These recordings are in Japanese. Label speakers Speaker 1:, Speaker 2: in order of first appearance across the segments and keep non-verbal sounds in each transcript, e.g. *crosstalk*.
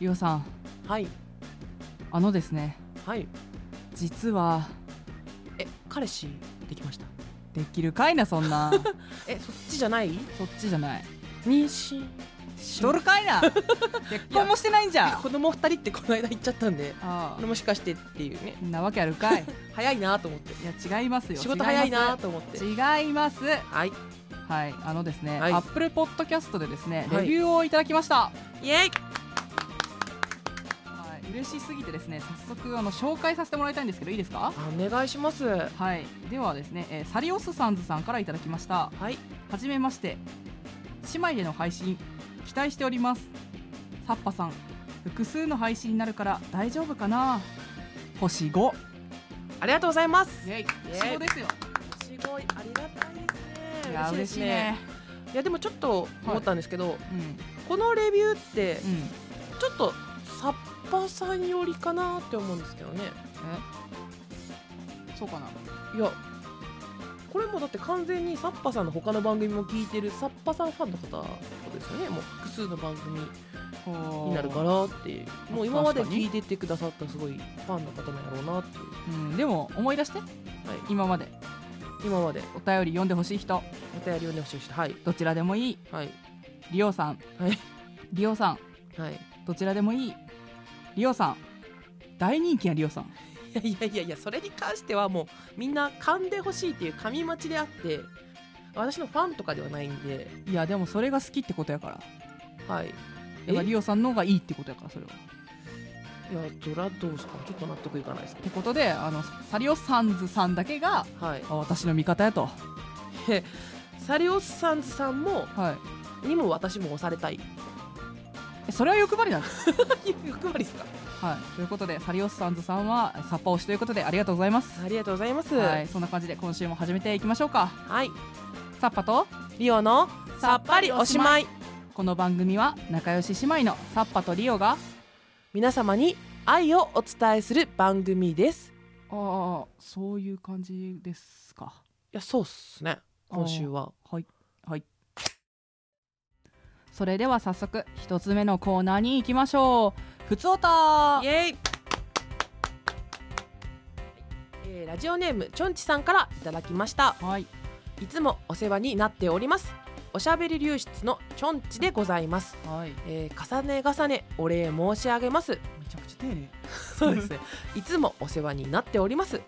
Speaker 1: リオさん
Speaker 2: はい
Speaker 1: あのですね
Speaker 2: はい
Speaker 1: 実は
Speaker 2: え彼氏できました
Speaker 1: できるかいなそん
Speaker 2: *laughs*
Speaker 1: な
Speaker 2: えそっちじゃない
Speaker 1: そっちじゃない
Speaker 2: 妊娠
Speaker 1: し
Speaker 2: し
Speaker 1: とるかいな結婚もしてないんじゃん
Speaker 2: 子供二人ってこの間言っちゃったんで
Speaker 1: あ
Speaker 2: もしかしてっていうね
Speaker 1: あんなわけあるかい
Speaker 2: 早いなと思って
Speaker 1: いや違いますよ
Speaker 2: 仕事早いなと思って
Speaker 1: 違います違います
Speaker 2: はい
Speaker 1: はいあのですね、
Speaker 2: はい
Speaker 1: Apple Podcast でですね
Speaker 2: はい
Speaker 1: レビューをいただきました、
Speaker 2: イエイ
Speaker 1: はい、嬉しすぎてですね早速あの紹介させてもらいたいんですけどいいですか
Speaker 2: お願いしますは
Speaker 1: はいではですね、えーサリオスサンズさんからいただきました
Speaker 2: い
Speaker 1: はじめまして姉妹での配信期待しておりますサッパさん複数の配信になるから大丈夫かな星5
Speaker 2: ありがとうございます
Speaker 1: イエイ
Speaker 2: イ
Speaker 1: 星5ですよ
Speaker 2: すごいありがたいですね
Speaker 1: いや嬉しいね
Speaker 2: いやでもちょっと思ったんですけ
Speaker 1: う
Speaker 2: ど、
Speaker 1: ん
Speaker 2: このレビューって
Speaker 1: うん
Speaker 2: ちょっとサッパさんよりかなって思うんですけどね
Speaker 1: えそうかない
Speaker 2: やこれもだって完全にサッパさんの他の番組も聞いてるサッパさんファンの方ってことですよねもう複数の番組に
Speaker 1: に
Speaker 2: なるか、らっていう
Speaker 1: ー
Speaker 2: もう今まで
Speaker 1: 確かに
Speaker 2: 聞いてってくださったすごいファンの方なんやろうなっていう、
Speaker 1: うん、でも思い出して
Speaker 2: はい、
Speaker 1: 今まで
Speaker 2: 今まで
Speaker 1: お便り読んでほしい人
Speaker 2: お便りをねほしい人はい
Speaker 1: どちらでもいい
Speaker 2: はい
Speaker 1: リオさん
Speaker 2: はい
Speaker 1: リオさん
Speaker 2: はいい
Speaker 1: どちらでもいいリオさん大人気やリオさん
Speaker 2: やいやいやいやそれに関してはもうみんな噛んでほしいっていう噛み待ちであって私のファンとかではないんで
Speaker 1: いやでもそれが好きってことやから
Speaker 2: はい
Speaker 1: だからリオさんの方がいいってことやからそれは。
Speaker 2: いやドラどうですかちょっと納得いかないですね
Speaker 1: ってことであのサリオサンズさんだけが
Speaker 2: はい
Speaker 1: あ私の味方やと、
Speaker 2: サリオスサンズさんも
Speaker 1: はい
Speaker 2: にも私も押され *laughs* たい
Speaker 1: え、それは欲張りなんです、
Speaker 2: 欲張りですか
Speaker 1: はい、ということでサリオサンズさんはえサッパ推しということでありがとうございます、
Speaker 2: ありがとうございます
Speaker 1: は、
Speaker 2: はいい、
Speaker 1: そんな感じで今週も始めていきましょうかサッパと
Speaker 2: リオのさっぱりおしまい
Speaker 1: この番組は仲良し姉妹のサッパとリオが
Speaker 2: 皆様に愛をお伝えする番組です
Speaker 1: ああそういう感じですか
Speaker 2: いやそうっすね今週は
Speaker 1: はいはいそれでは早速一つ目のコーナーに行きましょうふつおた
Speaker 2: イエイえーラジオネームちょんちさんからいただきました
Speaker 1: はい
Speaker 2: いつもお世話になっておりますおしゃべり流出のちょんちでございます、
Speaker 1: はい
Speaker 2: えー重ね重ねお礼申し上げます
Speaker 1: めちゃくちゃ丁寧
Speaker 2: *laughs* そうですね。いつもお世話になっております。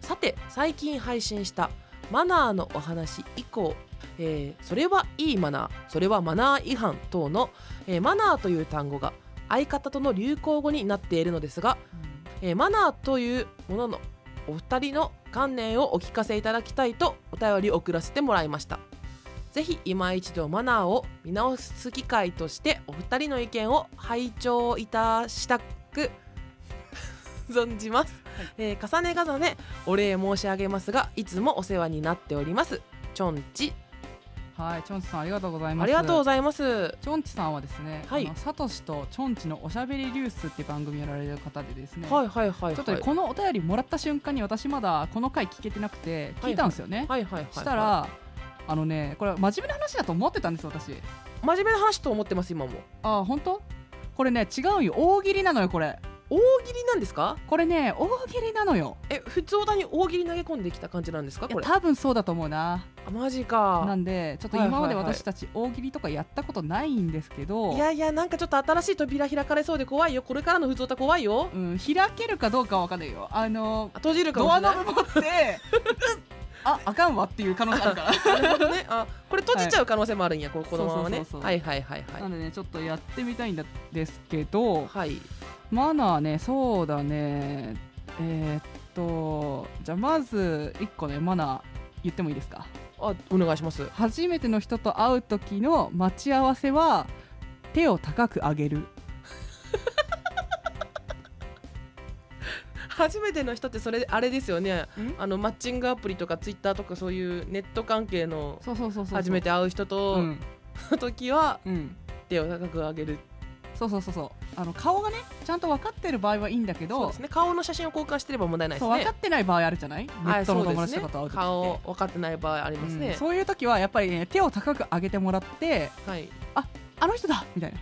Speaker 2: さて、最近配信したマナーのお話以降、えーそれはいいマナー、それはマナー違反等の、えーマナーという単語が相方との流行語になっているのですが、えーマナーというもののお二人の観念をお聞かせいただきたいとお便りを送らせてもらいました。ぜひ今一度マナーを見直す機会としてお二人の意見を拝聴いたしたく存じます、えー重ね重ねお礼申し上げますがいつもお世話になっておりますちょんち
Speaker 1: はい、チョンチさんありがとうございます。
Speaker 2: ありがとうご
Speaker 1: う。
Speaker 2: ざいます
Speaker 1: チョンチさんはですね、
Speaker 2: はい
Speaker 1: あのサトシとチョンチのおしゃべり流出っていう番組やられる方でですね、
Speaker 2: はいはいはいはい
Speaker 1: ちょっとねこのお便りもらった瞬間に私まだこの回聞けてなくて
Speaker 2: はい
Speaker 1: 聞いたんですよね。
Speaker 2: はいはいはいはい
Speaker 1: したらあのね、これ真面目な話だと思ってたんです私。
Speaker 2: 真面目な話と思ってます今も
Speaker 1: あー、本当？これね違うよ大喜利なのよこれ。
Speaker 2: 大喜利なんですか
Speaker 1: これね大喜利なのよ。
Speaker 2: え普通お題に大喜利投げ込んできた感じなんですか
Speaker 1: い
Speaker 2: こ
Speaker 1: や
Speaker 2: れ
Speaker 1: 多分そうだと思うな。
Speaker 2: あマジか
Speaker 1: なんでちょっと今まで
Speaker 2: はいはいはい
Speaker 1: 私たち大喜利とかやったことないんですけど。
Speaker 2: いやいやなんかちょっと新しい扉開かれそうで怖いよこれからの普通歌怖いよ
Speaker 1: うん、開けるかどうかは分かんないよあの
Speaker 2: あ閉じるかも
Speaker 1: ドア
Speaker 2: しれな
Speaker 1: ノ
Speaker 2: い
Speaker 1: ブ持 *laughs* って、あ、あかんわっていう可能性あるから。
Speaker 2: なるほどね *laughs* あこれ閉じちゃう可能性もあるんや、これこのまま
Speaker 1: そう
Speaker 2: ね
Speaker 1: そうそうそう
Speaker 2: はいはいはい
Speaker 1: *laughs* な
Speaker 2: は
Speaker 1: のでね、ちょっとやってみたいんだですけど
Speaker 2: い、はい
Speaker 1: マナーね、そうだね。えーっと、じゃあまず一個ね、マナー言ってもいいですか。
Speaker 2: あお願いします
Speaker 1: 初めての人と会う時の待ち合わせは手を高く上げる。
Speaker 2: 初めての人ってそれあれですよねあのマッチングアプリとかツイッターとかそういうネット関係の
Speaker 1: そうそうそうそうそう。
Speaker 2: 初めて会う人
Speaker 1: う
Speaker 2: と
Speaker 1: ん。
Speaker 2: の *laughs* 時は
Speaker 1: うん。
Speaker 2: 手を高く上げる
Speaker 1: そうそうそうそう。あの顔がね、ちゃんと分かってる場合はいいんだけ
Speaker 2: そう
Speaker 1: ど
Speaker 2: で。すね顔の写真を交換してれば問題ないで
Speaker 1: そ
Speaker 2: す
Speaker 1: う分か
Speaker 2: ね
Speaker 1: ってない場合あるじゃないネ
Speaker 2: はい
Speaker 1: ットの友達
Speaker 2: そ
Speaker 1: と
Speaker 2: うで
Speaker 1: か
Speaker 2: す
Speaker 1: と会う時って、
Speaker 2: ね顔分かってない場合あります
Speaker 1: うん
Speaker 2: ね、
Speaker 1: そういう時はやっぱりね手を高く上げてもらって
Speaker 2: はい
Speaker 1: あの人だみたいな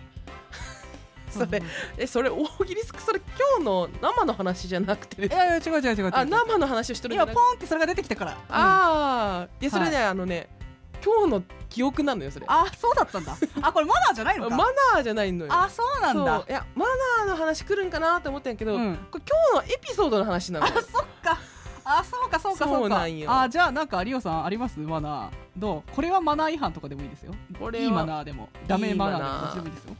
Speaker 2: *laughs* それえそれ大喜利すそれ今日の生の話じゃなくてで
Speaker 1: い
Speaker 2: す
Speaker 1: やいや違う違う違う違う
Speaker 2: あ生の話をしてるんじゃ
Speaker 1: 今
Speaker 2: な
Speaker 1: ポ
Speaker 2: く
Speaker 1: ンってそれが出てきたから、あ
Speaker 2: ああでそれね、
Speaker 1: は
Speaker 2: あのね今日の記憶なのよそれ
Speaker 1: あそうだったんだあこれマナーじゃないのか、
Speaker 2: マナーじゃないのよ
Speaker 1: あそうなん
Speaker 2: そ
Speaker 1: だ
Speaker 2: ういやマナーの話来るんかなと思ったんやけど、
Speaker 1: うん
Speaker 2: これ今日のエピソードの話なの
Speaker 1: あ
Speaker 2: よ
Speaker 1: そっかあそうかそうかそうか
Speaker 2: そうなんよ
Speaker 1: あじゃあなんか有オさんありますマナーどうこれはマナー違反とかでもいいですよ
Speaker 2: これはい
Speaker 1: いマナーでもダメマナーでもどっち
Speaker 2: い
Speaker 1: で
Speaker 2: いマナー
Speaker 1: もいいですよ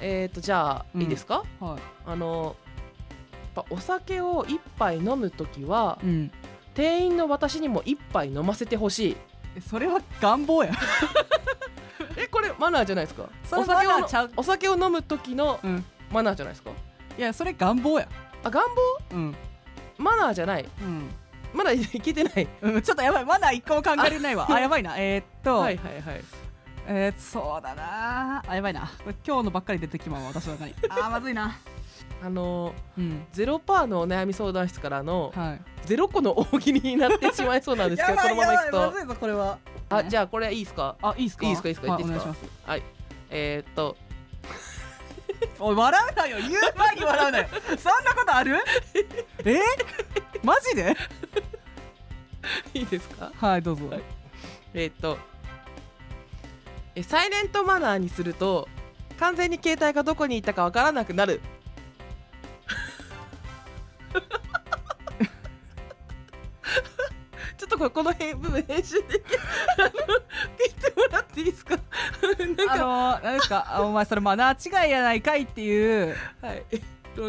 Speaker 2: えっ、とじゃあ、
Speaker 1: うん
Speaker 2: いいですか
Speaker 1: は、
Speaker 2: あのやっぱお酒を一杯飲む時はい
Speaker 1: うん、
Speaker 2: 店員の私にも一杯飲ませてほしい
Speaker 1: えそれは願望や
Speaker 2: えこれマナーじゃないですか
Speaker 1: それ
Speaker 2: お酒を
Speaker 1: マナーちゃう
Speaker 2: お酒を飲む時の
Speaker 1: うん
Speaker 2: マナーじゃないですか
Speaker 1: いやそれ願望や
Speaker 2: あ願望
Speaker 1: うん
Speaker 2: マナーじゃない
Speaker 1: うん
Speaker 2: まだい *laughs* けてない
Speaker 1: うん、ちょっとやばいマナー一個も考えれないわあやばいなえーっと、
Speaker 2: はいはいはい
Speaker 1: えー、そうだなあやばいなこれ今日のばっかり出てきまうわ私の中にあーまずいな
Speaker 2: あの
Speaker 1: うん
Speaker 2: ゼロパーのお悩み相談室からの
Speaker 1: はい
Speaker 2: ゼロ個の大喜利になってしまいそうなんですけどこのままいくと
Speaker 1: ずいぞこれは
Speaker 2: あじゃあこれいいですか
Speaker 1: あいいっすか
Speaker 2: いいっすかいいっすか
Speaker 1: はい
Speaker 2: いいっすか
Speaker 1: お願いします
Speaker 2: えー、っと *laughs*
Speaker 1: おい笑うなよ言う前に笑うなよそんなことあるえマジで
Speaker 2: いいですか
Speaker 1: はいどうぞ、
Speaker 2: はいえー、っとえサイレントマナーにすると完全に携帯がどこに行ったかわからなく
Speaker 1: *laughs*
Speaker 2: なるちょっとこれこの辺部分編集であの切ってもらっていいですかなん
Speaker 1: あ
Speaker 2: か
Speaker 1: のー、何ですかあお前それマナー違いやないかいっていう
Speaker 2: はい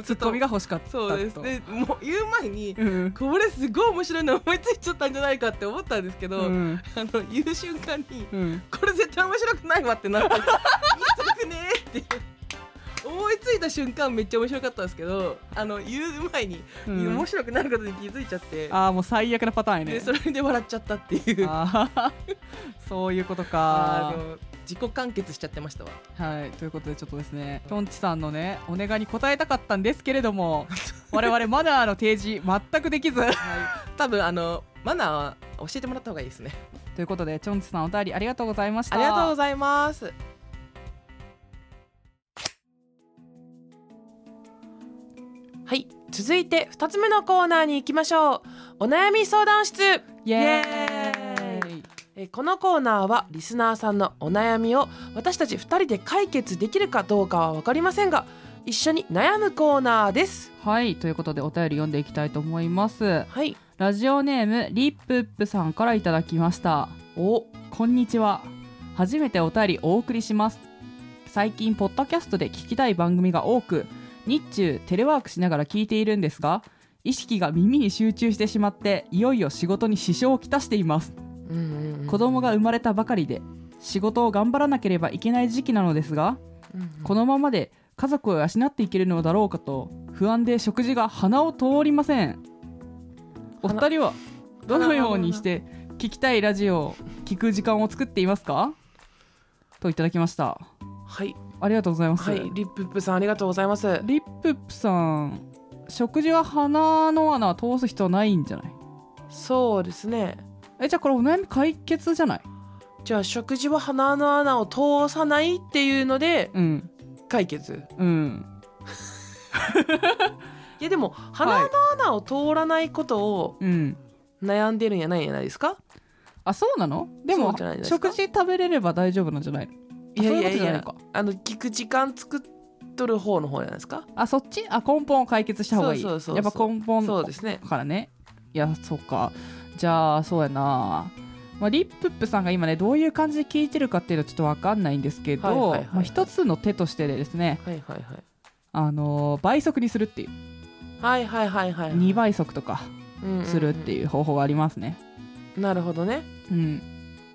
Speaker 1: ツッコミが欲しかったと
Speaker 2: そうですねもう言う前に
Speaker 1: うん
Speaker 2: これすごい面白いの思いついちゃったんじゃないかって思ったんですけど、
Speaker 1: うん
Speaker 2: あの言う瞬間に
Speaker 1: うん
Speaker 2: これ絶対面白くないわってなった言いたくねーって思いついた瞬間めっちゃ面白かったんですけどあの言う前に、
Speaker 1: うん
Speaker 2: 面白くなることに気づいちゃって
Speaker 1: あーもう最悪なパターンやね
Speaker 2: でそれで笑っちゃったっていう
Speaker 1: あー *laughs* そういうこと
Speaker 2: あ
Speaker 1: か
Speaker 2: の自己完結しちゃってましたわ
Speaker 1: はい、ということでちょっとですね、きょんちさんのね、お願いに応えたかったんですけれど
Speaker 2: *laughs*
Speaker 1: も、我々マナーの提示全くできず。
Speaker 2: 多分あのマナーは教えてもらった方がいいですね
Speaker 1: ということで、ちょんちさんお便りありがとうございました。
Speaker 2: ありがとうございますはい続いて2つ目のコーナーに行きましょうお悩み相談室
Speaker 1: イエーイ。
Speaker 2: えーこのコーナーはリスナーさんのお悩みを私たち2人で解決できるかどうかは分かりませんが一緒に悩むコーナーです
Speaker 1: はい、ということでお便り読んでいきたいと思います。
Speaker 2: はい
Speaker 1: ラジオネームリップップさんからいただきました。
Speaker 2: お
Speaker 1: こんにちは。初めてお便りお送りします。最近ポッドキャストで聞きたい番組が多く、日中テレワークしながら聞いているんですが、意識が耳に集中してしまって、いよいよ仕事に支障をきたしています。
Speaker 2: うんうんうん
Speaker 1: 子供が生まれたばかりで、仕事を頑張らなければいけない時期なのですが、
Speaker 2: うんうん
Speaker 1: このままで家族を養っていけるのだろうかと不安で食事が鼻を通りませんお二人はどのようにして聞きたいラジオを聞く時間を作っていますかといただきました
Speaker 2: はい
Speaker 1: ありがとうございます、
Speaker 2: はいリップップさんありがとうございます
Speaker 1: リップップさん食事は鼻の穴通す必要ないんじゃない
Speaker 2: そうですね
Speaker 1: えじゃあこれお悩み解決じゃない
Speaker 2: じゃあ食事は鼻の穴を通さないっていうので
Speaker 1: うん
Speaker 2: 解決
Speaker 1: うん
Speaker 2: いやでも鼻の穴を通らないことを
Speaker 1: うん
Speaker 2: 悩んでるんじゃないんじゃないですか
Speaker 1: あそうなので
Speaker 2: そ
Speaker 1: も
Speaker 2: うじゃないですか
Speaker 1: 食事食べれれば大丈夫なんじゃないの
Speaker 2: いや
Speaker 1: そ
Speaker 2: いや
Speaker 1: ういうこと
Speaker 2: い
Speaker 1: じゃない
Speaker 2: や
Speaker 1: のか
Speaker 2: あの聞く時間作っとる方の方じゃないですか
Speaker 1: あそっちあ根本を解決した方がいい
Speaker 2: そうそうそうそう
Speaker 1: やっぱ根本
Speaker 2: そうですね
Speaker 1: からねいやそうかじゃあそうやな、まあ、リップップさんが今ねどういう感じで聞いてるかっていうのはちょっと分かんないんですけ
Speaker 2: はいはい
Speaker 1: ど
Speaker 2: はいはい
Speaker 1: まあ一つの手としてでですね、
Speaker 2: はいはいはい
Speaker 1: あのー倍速にするっていう
Speaker 2: はいはいはいはい
Speaker 1: 2倍速とかするって
Speaker 2: う
Speaker 1: いう方法がありますね。
Speaker 2: んうんなるほどね
Speaker 1: うん、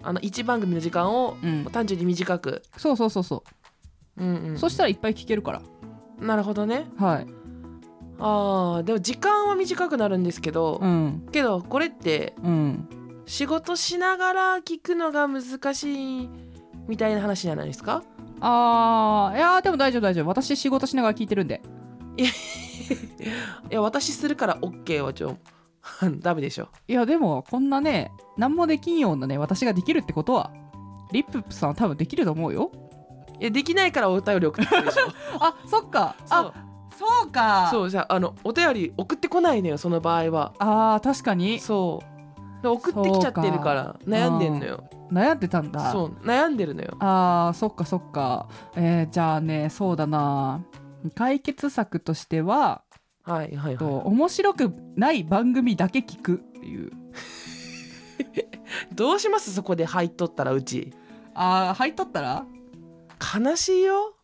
Speaker 2: あの一番組の時間を
Speaker 1: うん、
Speaker 2: 単純に短く、
Speaker 1: そうそうそうそう、
Speaker 2: うんうん
Speaker 1: そしたらいっぱい聞けるから
Speaker 2: なるほどね
Speaker 1: はい、
Speaker 2: あーでも時間は短くなるんですけど、
Speaker 1: うん
Speaker 2: けどこれって
Speaker 1: うん、
Speaker 2: 仕事しながら聞くのが難しいみたいな話じゃないですか
Speaker 1: あーいやーでも大丈夫大丈夫私仕事しながら聞いてるんで
Speaker 2: いや私するから OK はちょ *laughs* ダメでしょ
Speaker 1: いやでもこんなね何もできんようなね私ができるってことはリップップさんは多分できると思うよ
Speaker 2: いやできないからお便り送ってくるでしょ
Speaker 1: あ *laughs* そっか
Speaker 2: そう
Speaker 1: あそうか
Speaker 2: そうじゃああのお便り送ってこないのよその場合は
Speaker 1: あー確かに
Speaker 2: そうで送ってきちゃってるから悩んでんのよ
Speaker 1: 悩んでたんだ
Speaker 2: そう悩んでるのよ
Speaker 1: あーそっかそっか、えーじゃあねそうだな解決策としては、
Speaker 2: はいはい
Speaker 1: と
Speaker 2: は
Speaker 1: 面白くない番組だけ聞くっていう
Speaker 2: いどうしますそこで入っとったらうち
Speaker 1: あー入っとったら
Speaker 2: 悲しいよ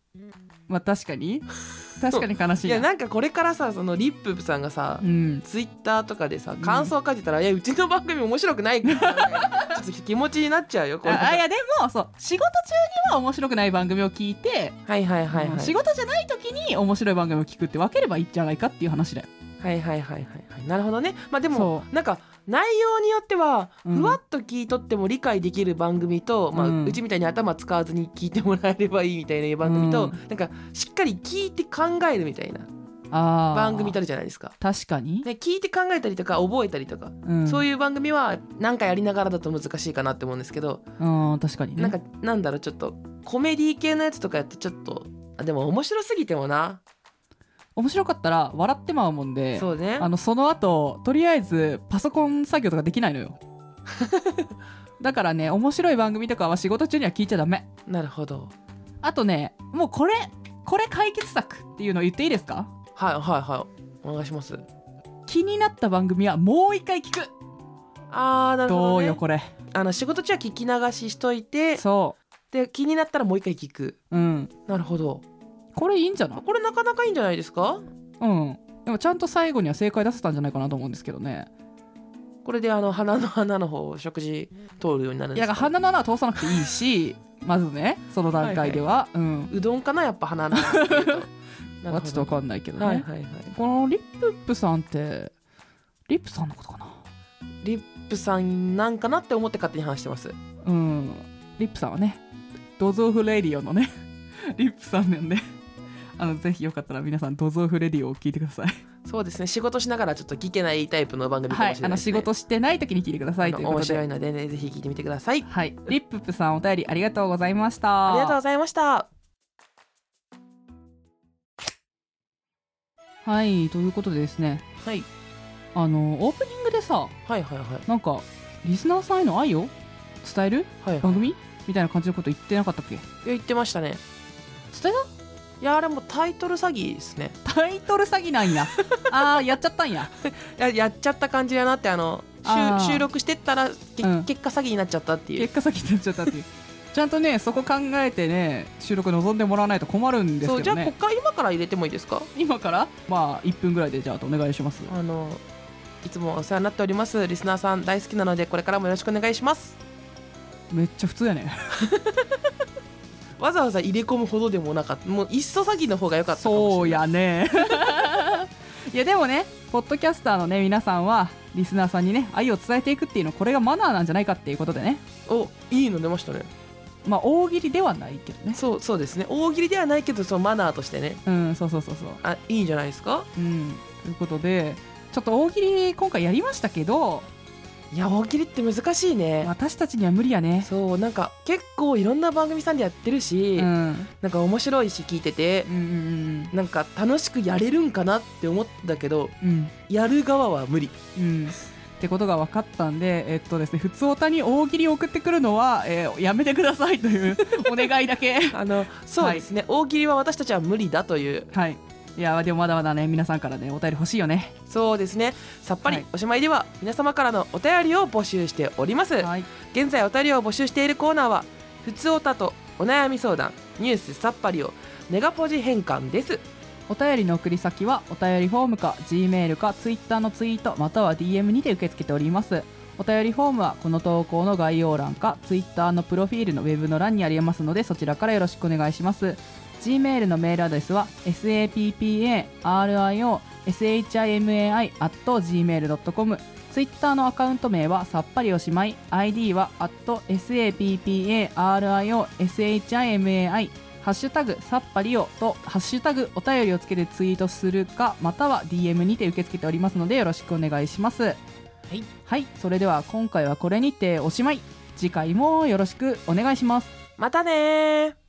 Speaker 1: まあ確か *laughs* に確かに悲し
Speaker 2: い
Speaker 1: い
Speaker 2: や
Speaker 1: な
Speaker 2: なんかこれからさそのリップさんがさ、
Speaker 1: うん
Speaker 2: ツイッターとかでさ
Speaker 1: ん
Speaker 2: 感想書いてたら、いやうちの番組面白くないから
Speaker 1: *laughs*
Speaker 2: ちょっと気持ちになっちゃうよこれ
Speaker 1: ああいやでもそう仕事中には面白くない番組を聞いて、
Speaker 2: はいはいはいは
Speaker 1: うん
Speaker 2: い
Speaker 1: 仕事じゃない時に面白い番組を聞くって分ければいいんじゃないかっていう話だよ
Speaker 2: はいはいはいはいはいなるほどねまあでも
Speaker 1: そ
Speaker 2: なんか内容によっては
Speaker 1: うん
Speaker 2: ふわっと聞いとっても理解できる番組と、うまあ、
Speaker 1: うん
Speaker 2: うちみたいに頭使わずに聞いてもらえればいいみたいな番組
Speaker 1: う
Speaker 2: と、
Speaker 1: ん
Speaker 2: なんかしっかり聞いて考えるみたいな
Speaker 1: あー
Speaker 2: 番組ってあるじゃないですか。
Speaker 1: 確かに、
Speaker 2: ね、聞いて考えたりとか覚えたりとか、
Speaker 1: うん、
Speaker 2: そう
Speaker 1: い
Speaker 2: いう番組は何かやりながらだと難しいかなって思うんですけど、
Speaker 1: う、うん、確かにね
Speaker 2: なんかなんだろうちょっとコメディ系のやつとかやってちょっとあでも面白すぎてもな
Speaker 1: 面白かったら笑ってまうもんで
Speaker 2: そうね
Speaker 1: あのその後とりあえずパソコン作業とかできないの
Speaker 2: *laughs*
Speaker 1: よだからね面白い番組とかは仕事中には聞いちゃダメ
Speaker 2: なるほど
Speaker 1: あとねもうこれこれ解決策っていうの言っていいですか
Speaker 2: はいはいはいお願いします
Speaker 1: 気になった番組はもう一回聞く
Speaker 2: あーなる
Speaker 1: ど
Speaker 2: ほど、
Speaker 1: う
Speaker 2: ね、
Speaker 1: よこれ
Speaker 2: あの仕事中は聞き流ししといて
Speaker 1: そ
Speaker 2: で気になったらもう一回聞く
Speaker 1: ううん
Speaker 2: なるほど
Speaker 1: これいいんじゃない
Speaker 2: これなかなかいいんじゃないですか
Speaker 1: うんでもちゃんと最後には正解出せたんじゃないかなと思うんですけどね
Speaker 2: これであの花の花の方食事通るようになるん
Speaker 1: い
Speaker 2: で
Speaker 1: やだから
Speaker 2: すか
Speaker 1: 鼻の穴は通さなくていいし *laughs* まずねその段階では、うん
Speaker 2: うどんかなやっぱ花の花ってい
Speaker 1: *laughs*
Speaker 2: うとなるほど
Speaker 1: まあちょっとわかんないけどね、
Speaker 2: はいはいはい
Speaker 1: このリップップさんってリップさんのことかな
Speaker 2: リップさんなんかなって思って勝手に話してます
Speaker 1: うんリップさんはねドゾーフレディオのね *laughs* リップさんなんであのぜひよかったら皆さんドゾーフレディオを聞いてくだ
Speaker 2: *laughs*
Speaker 1: さい
Speaker 2: そうですね仕事しながらちょっと聞けないタイプの番組か
Speaker 1: は
Speaker 2: もしれないいです、ね
Speaker 1: あの仕事してない時に聞いてください
Speaker 2: あ
Speaker 1: と
Speaker 2: の
Speaker 1: いうこ
Speaker 2: 面
Speaker 1: と
Speaker 2: 白
Speaker 1: で
Speaker 2: いのでねぜひ聞いてみてください
Speaker 1: はいリップップさんお便りありがとうございました
Speaker 2: ありがとうございました
Speaker 1: はいということでですね
Speaker 2: はい
Speaker 1: あのオープニングでさ
Speaker 2: はいはいはい
Speaker 1: なんかリスナーさんへの愛を伝える
Speaker 2: はいはい
Speaker 1: 番組みたいな感じのこと言ってなかったっけ
Speaker 2: いや言ってましたね
Speaker 1: 伝え
Speaker 2: いやあれもうタイトル詐欺ですね
Speaker 1: たタイトル詐欺
Speaker 2: *laughs*
Speaker 1: なんやあーやっちゃったんや
Speaker 2: ややっちゃった感じだなってあのしゅ
Speaker 1: あー
Speaker 2: 収録してったらけ、
Speaker 1: うん
Speaker 2: 結果詐欺になっちゃったっていう
Speaker 1: 結果先になっちゃったっていうちゃんとねそこ考えてね収録望んでもらわないと困るんです
Speaker 2: そう
Speaker 1: け
Speaker 2: じゃ
Speaker 1: ど
Speaker 2: あこっ
Speaker 1: ね
Speaker 2: から今から入れてもいいですか
Speaker 1: 今からまあ1分ぐらいでじゃあお願いします
Speaker 2: あのいつもお世話になっておりますリスナーさん大好きなのでこれからもよろしくお願いします
Speaker 1: めっちゃ普通やね
Speaker 2: わざわざ入れ込むほどでもなかったもういっそ詐欺の方が良かったか
Speaker 1: そ
Speaker 2: も
Speaker 1: う
Speaker 2: しれない
Speaker 1: やねいやでもねポッドキャスターのね皆さんはリスナーさんにね愛を伝えていくっていうのこれがマナーなんじゃないかっていうことでね
Speaker 2: おいいの出ましたね
Speaker 1: まあ大喜利ではないけどね
Speaker 2: そうそうですね大喜利ではないけどそのマナーとしてね
Speaker 1: うんそうそうそうそう
Speaker 2: あいいんじゃないですか
Speaker 1: うんということでちょっと大喜利今回やりましたけど
Speaker 2: いや大喜利って難しいね、
Speaker 1: 私たちには無理やね
Speaker 2: そうなんか結構いろんな番組さんでやってるし、
Speaker 1: うんうん
Speaker 2: なんか面白いし聞いてて
Speaker 1: うんうん
Speaker 2: なんか楽しくやれるんかなって思ったけど
Speaker 1: うん
Speaker 2: やる側は無理
Speaker 1: うん、ってことが分かったんで、えっとですね、普通おたに大喜利を送ってくるのは、えーやめてくださいというお願いだけ。
Speaker 2: あのそうですね、大喜利は私たちは無理だという
Speaker 1: はい、いやでもまだまだね皆さんからねお便り欲しいよね。
Speaker 2: そうですねさっぱ
Speaker 1: は
Speaker 2: り
Speaker 1: い
Speaker 2: おしまいでは皆様からのお便りを募集しております、
Speaker 1: はい、
Speaker 2: 現在お便りを募集しているコーナーは「ふつおた」と「お悩み相談」「ニュースさっぱりを」「ネガポジ変換」です、
Speaker 1: お便りの送り先はお便りフォームか G メールか Twitter のツイートまたは DM にて受け付けております。お便りフォームはこの投稿の概要欄か Twitter のプロフィールのウェブの欄にありますのでそちらからよろしくお願いします。G メールのメールアドレスは sapparioshinmai.gmail.com ツイッターのアカウント名はさっぱりおしまい ID は @sapparioshinmai ハッシュタグさっぱりをとハッシュタグお便りをつけてツイートするかまたは DM にて受け付けておりますのでよろしくお願いしますはいはい、それでは今回はこれにておしまい次回もよろしくお願いします
Speaker 2: またねー